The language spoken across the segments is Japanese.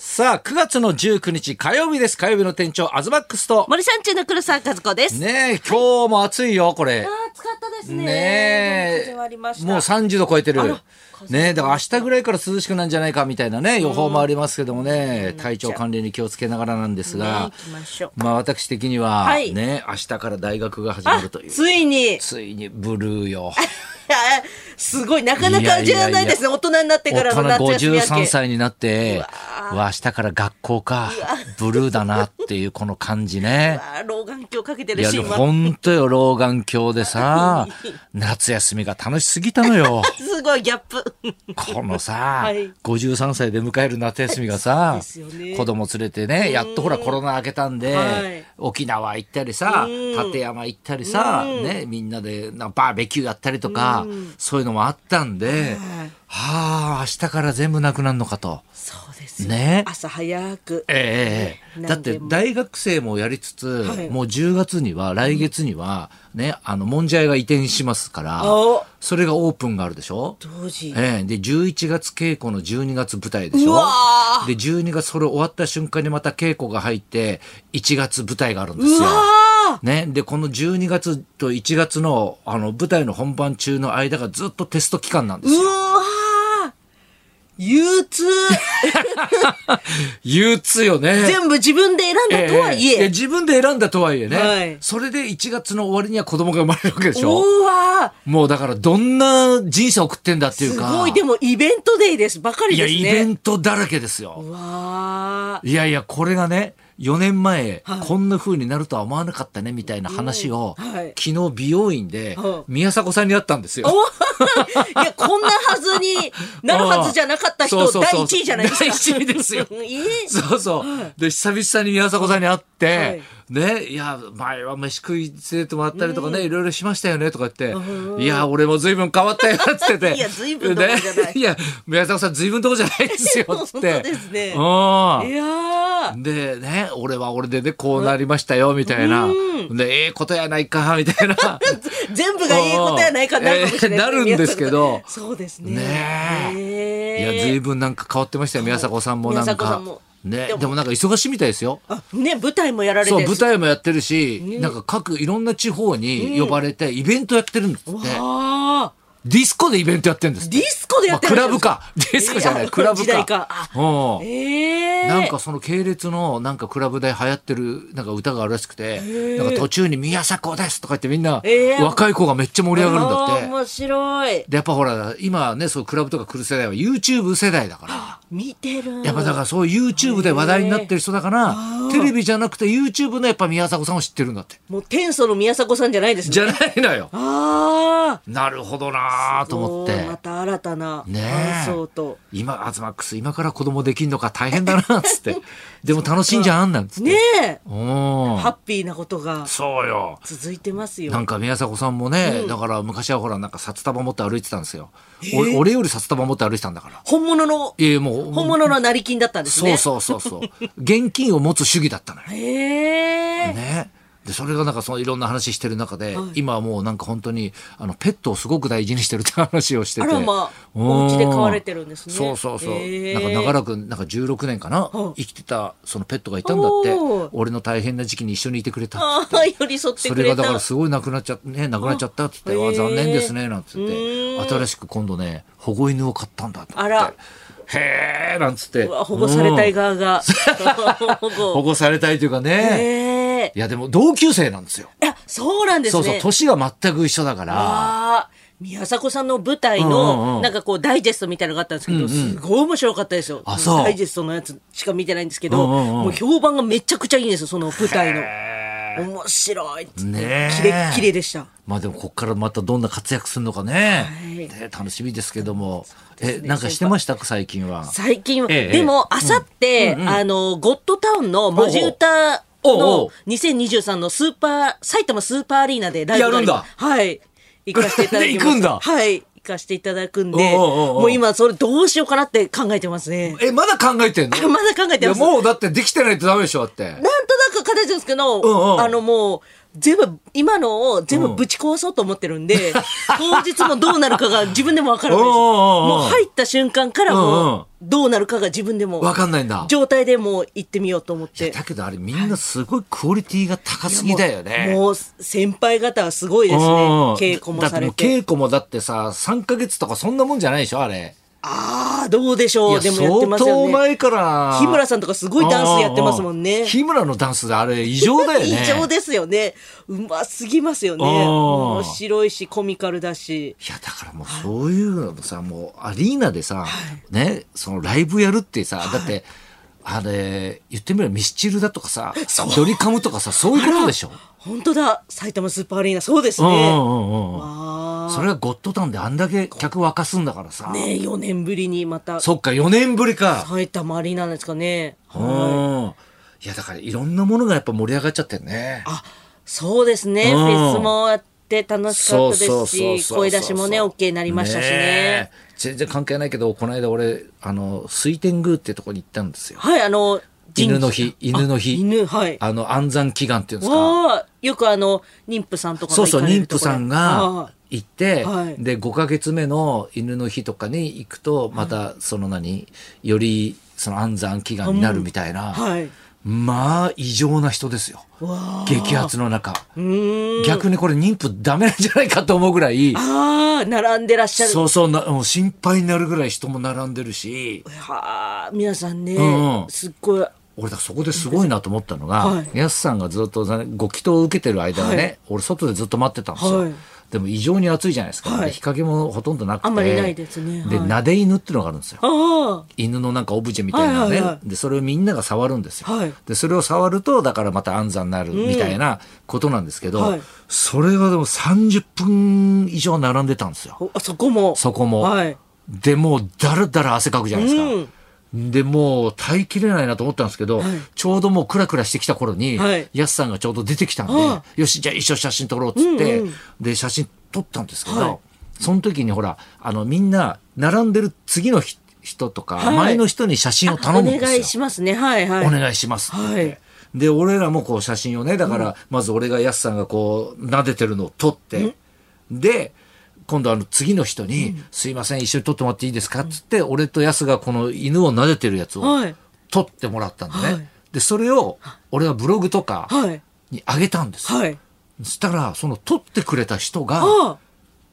さあ、9月の19日火曜日です。火曜日の店長、アズマックスと。森三中の黒沢和子です。ねえ、今日も暑いよ、これ。ああ、暑かったですね。ねえ始まりました。もう30度超えてるあら。ねえ、だから明日ぐらいから涼しくなんじゃないかみたいなね、予報もありますけどもね、体調管理に気をつけながらなんですがねえ行きましょ、うまあ私的にはは、いね、明日から大学が始まあるという。つい に、ついにブルーよ。あすごい、なかなか味わわないですね。大人になってか大ら人の夏休み明け。 53歳になって、うわ、明日から学校か、ブルーだなっていうこの感じね。あー老眼鏡かけているや、シでーもンは。ほんとよ、老眼鏡でさ、 夏休みが楽しすぎたのよ。 すごいギャップ。このさ、はい53歳で迎える夏休みがさ、そうですよね子供連れてね、やっとほらコロナ明けたんで、はい沖縄行ったりさ、立山行ったりさ、ね、みんなでなんかバーベキューやったりとか、そういうのもあったんで、はあ、明日から全部なくなるのかと。そうですよね朝早く。ええええだって大学生もやりつつ、いもう10月には、来月には、ね、あの、もんじゃ屋が移転しますからお、それがオープンがあるでしょ同時。ええで、11月稽古の12月舞台でしうょわで、12月それ終わった瞬間にまた稽古が入って、1月舞台があるんですうよ。わね、で、この12月と1月の、あの、舞台の本番中の間がずっとテスト期間なんですーうよ。わー憂鬱憂鬱よね。全部自分で選んだとはいやえ。自分で選んだとはいえね、はいそれで1月の終わりには子供が生まれるわけでしょうわーもうだからどんな人生送ってんだっていうすかごい、でもイベントデイです。ばかりいやですね。イベントだらけですようわいやいやこれがね4年前、こんな風になるとは思わなかったねみたいな話を、うんはい昨日美容院でうん宮迫さんに会ったんですよ。ー いや、こんなはずになるはずじゃなかった人、そうそうそ第う1位じゃないですか。第一位ですよええ そうそう。で、久々に宮迫さんに会って、ね、いや、前は飯食い連れてもらったりとかね、いろいろしましたよね、とか言って、いや、俺も随分変わったよ、つってて。 いや随分どころじゃないでいや、宮迫さん随分どころじゃない ですよ、つって。本当ですねうん いやーでね、俺は俺でね、こうなりましたよ、みたいな。で、ええことやないか、みた いな。全部がいいことやないかなるかもしれな えーい、なるんですけどそうですね。ねえいや、随分なんか変わってましたよ、宮迫さんもなん宮迫さかんも。ねで、もでもなんか忙しいみたいですよ。あね、舞台もやられてそう、舞台もやってるし、なんか各いろんな地方に呼ばれて、イベントやってるんですって。あーディスコでイベントやってるんですって。ディスコでやってまあらクラっしゃるんブですか。ディスコじゃない、クラブ時代か。か。あうん。ええなんかその系列のなんかクラブで流行ってるなんか歌があるらしくて、なんか途中に宮迫ですとか言ってみんなえー若い子がめっちゃ盛り上がるんだあーって。面白い。で、やっぱほら、今ね、そうクラブとか来る世代は YouTube 世代だから、見てる。やっぱだからそういう YouTube で話題になってる人だから、テレビじゃなくて YouTube のやっぱ宮迫さんを知ってるんだって。もう天祖の宮迫さんじゃないですね。じゃないのよ。ああ。なるほどなーと思っおーまて。た新たなね感え想と。今、アズマックス、今から子供できんのか大変だな、つっ て。でも楽しいんじゃん、なんつって。ねえ。うんハッピーなことがそうよ。続いてますなよ。んか宮迫さんもね、だから昔はほらなんか札束持って歩いてたんですよ。俺俺より札束持って歩いてたんだから。本物の、いやもう、本物の成金だったんですそうね。そうそう そう。現金を持つ主義だったのよ。へえ。ね。で、それがなんかそのいろんな話してる中で、今はもうなんか本当に、あの、ペットをすごく大事にしてるって話をしてて。あらまあうんお家で飼われてるんですねそうそうそう。へえなんか長らく、なんか16年かな、生きてたそのペットがいたんだっておー、俺の大変な時期に一緒にいてくれた。ああ、寄り添ってそくれれがだからた。すごいなくなっちゃった、ね、なくなっちゃったって言って、あわあへ残え念ですね、なんつっうて、ーん新しく今度ね、保護犬を買ったんだと思って。あらへえ、なんつって。うわ保護されたいが。側が。 保保護。護されたいというかね。へえ。いや、でも同級生なんですよ。いや、そうなんですそね。うそう、年が全く一緒だから。ああ。宮迫さんの舞台うんうんうんの、なんかこう、ダイジェストみたいなのがあったんですけど、すごい面白かったですよ。あそうダイジェストのやつしか見てないんですけど、うんうんうんもう評判がめちゃくちゃいいんですよ、その舞台の。へえ面白いっつって。ねえキレッキレでした。まあでも、こっからまたどんな活躍するのかね。はいね楽しみですけども。え、ねなんかしてましたか、最近は。最近は、ええでも、あさって、あの、ゴッドタウンの文字歌おうおうの2023のスーパー、埼玉スーパーアリーナでライブがありますはい。行かせていただきまです。行くんだはい。行かせていただくんで、おうおうおうもう今、それどうしようかなって考えてますね。え、まだ考えてんの まだ考えてますいやもうだってできてないとダメでしょ、だって。なんとなく形ですけど、うんうんあのもう、全部、今のを全部ぶち壊そうと思ってるん で、当日もどうなるかが自分でもわからないです。おうおうおうもう入った瞬間からうんうんもう、どうなるかが自分でも。わかんないんだ状態でもう行ってみようと思っいやて。だけどあれみんなすごいクオリティが高すぎだよね。もう先輩方はすごいですね。うん稽古もされだってもうて。稽古もだってさ、3ヶ月とかそんなもんじゃないでしょ、あれ。ああ、どうでしいょや、う。でもやって相ますよ当ね。前から。日村さんとかすごいダンスやってますもんううねう。日村のダンスであれ異常だよね。 異常ですよね。うますぎますよね。うん面白いし、コミカルだし。いや、だからもうそういうのもさ、もうアリーナでさ、ね、そのライブやるってさ、だって、あれ、言ってみればミスチルだとかさ、ドリカムとかさ、そういうことでしょ。本当だ。埼玉スーパーアリーナ、そうですうんうね。んうんうん。あそれはゴッドタウンであんだけ客沸かすんだからさ。あ。ね4年ぶりにまた、そっか、4年ぶりか。埼玉アリーナなんですかね。うん。いや、だからいろんなものがやっぱ盛り上がっちゃってるね。あ、そうですね。うフんェスもあって楽しかったですし、声出しもね、OK になりましたしね。え。全然関係ないけど、この間俺、あの、水天宮ってとこに行ったんですよ。はい、あの、神社犬の日犬の日あ犬、はい。あの、安産祈願っていうんですか。わあ、よくあの、妊婦さんとかがそう行そう、かれ妊ると婦ころさんあがあ行って、はいで、5ヶ月目の犬の日とかに行くと、また、その何、より、その安産祈願になるみたいな、はい。まあ、異常な人ですよ。わあ。激アツの中。うーん。逆にこれ妊婦ダメなんじゃないかと思うぐらい、ああ、並んでらっしゃる。そうそうな、もう心配になるぐらい人も並んでるし、はあ、皆さんね、うんうんすっごい。俺だからそこですごいなと思ったのが、はいやすさんがずっとご祈祷を受けてる間はね、はい俺外でずっと待ってたんですよ。はいでも異常に暑いじゃないですか。はいで日陰もほとんどなくて。あんまりないですねはいで、撫で犬っていうのがあるんですよ。あ犬のなんかオブジェみたいなのね、はいはいはでそれをみんなが触るんですよ、はいでそれを触るとだからまた安産になるみたいなことなんですけど、はいそれがでも30分以上並んでたんですよあ、あそこも。そこも、はい。でもうだらだら汗かくじゃないですか、でもう耐えきれないなと思ったんですけど、ちょうどもうクラクラしてきた頃に、はいやすさんがちょうど出てきたんで、はよしじゃあ一緒に写真撮ろうっつって、うんで写真撮ったんですけど、はいその時にほらあのみんな並んでる次のひ人とか、はい前の人に写真を頼むんですよ。お願いしますね。はいはい。お願いしますって言って、はいで俺らもこう写真をねだからまず俺がやすさんがこう撫でてるのを撮って、で今度あの次の人に「すいません一緒に撮ってもらっていいですか?」っつって、俺とやすがこの犬を撫でてるやつをはい撮ってもらったんでね、はいでそれを俺はブログとかはい。に上げたんですよ、はい。そしたらその撮ってくれた人があ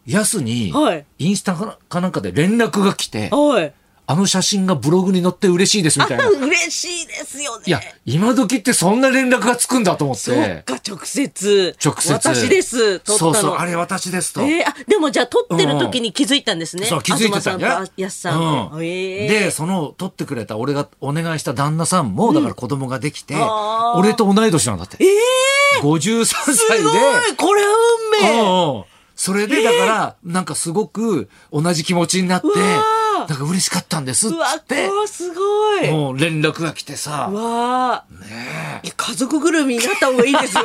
やすにはいインスタかなんかで連絡が来てあ。はい。 「あの写真がブログに載って嬉しいです」みたいな。嬉しいですよね。いや、今時ってそんな連絡がつくんだと思っ。そってか、直接。直接。私です。撮ったその。うそう、あれ私ですと。えーあ、でもじゃあ撮ってる時に気づいたんですね。そう、気づいてたん東ださんとやすさんと。うんええで、その、撮ってくれた、俺がお願いした旦那さんも、だから子供ができて、あー俺と同い年なんだって。ええ53すご歳で。いこれは運う命んうんそれで、だから、なんかすごく同じ気持ちになって、うなわんーか嬉しかったんですっうわ、つって、こうすごいもう連絡が来てさう、わあ、いや家族ぐるみになった方がいいですよ。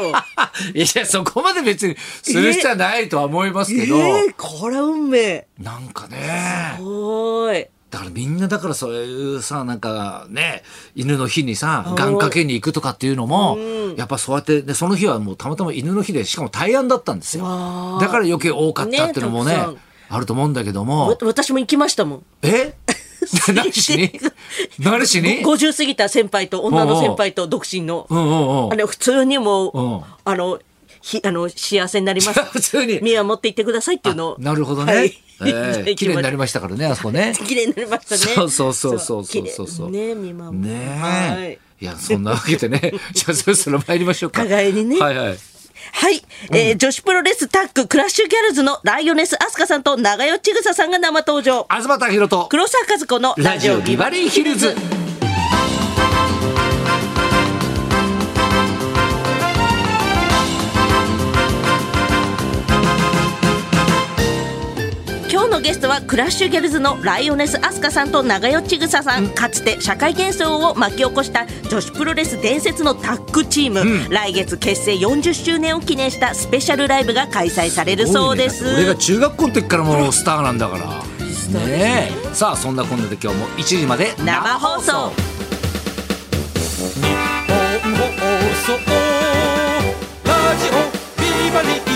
いや、そこまで別にする必要はないとは思いますえけど、えこれは運命。なんかね、おーい。だからみんなだからそういうさなんかね犬の日にさ願掛けに行くとかっていうのもやっぱそうやってでその日はもうたまたま犬の日でしかも大安だったんですよわーだから余計多かったっていうのもねねたくさんあると思うんだけどわも私も行きましたもん。え 何し に何しにご50過ぎた先輩と、女の先輩と独身の。うんうんうあんれ、普通にもううん、。あの、ひ、あの、幸せになります 普通に宮持って行ってくださいっていうのを。なるほどね、はいえ ー綺麗になりましたからねあそこね綺麗になりましたね。そうそうそうそうそうそう綺麗ね、見守るねえ、はいい、やそんなわけで ねじゃあそろそろ参りましょうか互いにねはいはいはい、えー女子プロレスタッグクラッシュギャルズのライオネス飛鳥さんと長代千草さんが生登場東隆弘と黒沢和子のララジジオオビビババリリーーヒヒルルズズ。今日のゲストはクラッシュギャルズのライオネス飛鳥さんと長代千草さん、かつて社会現象を巻き起こした女子プロレス伝説のタッグチーム、来月結成40周年を記念したスペシャルライブが開催されるそうです俺が中学校の時からもうスターなんだからねえさあそんなこんなで今日も1時まで生放送日本放送ラジオバディ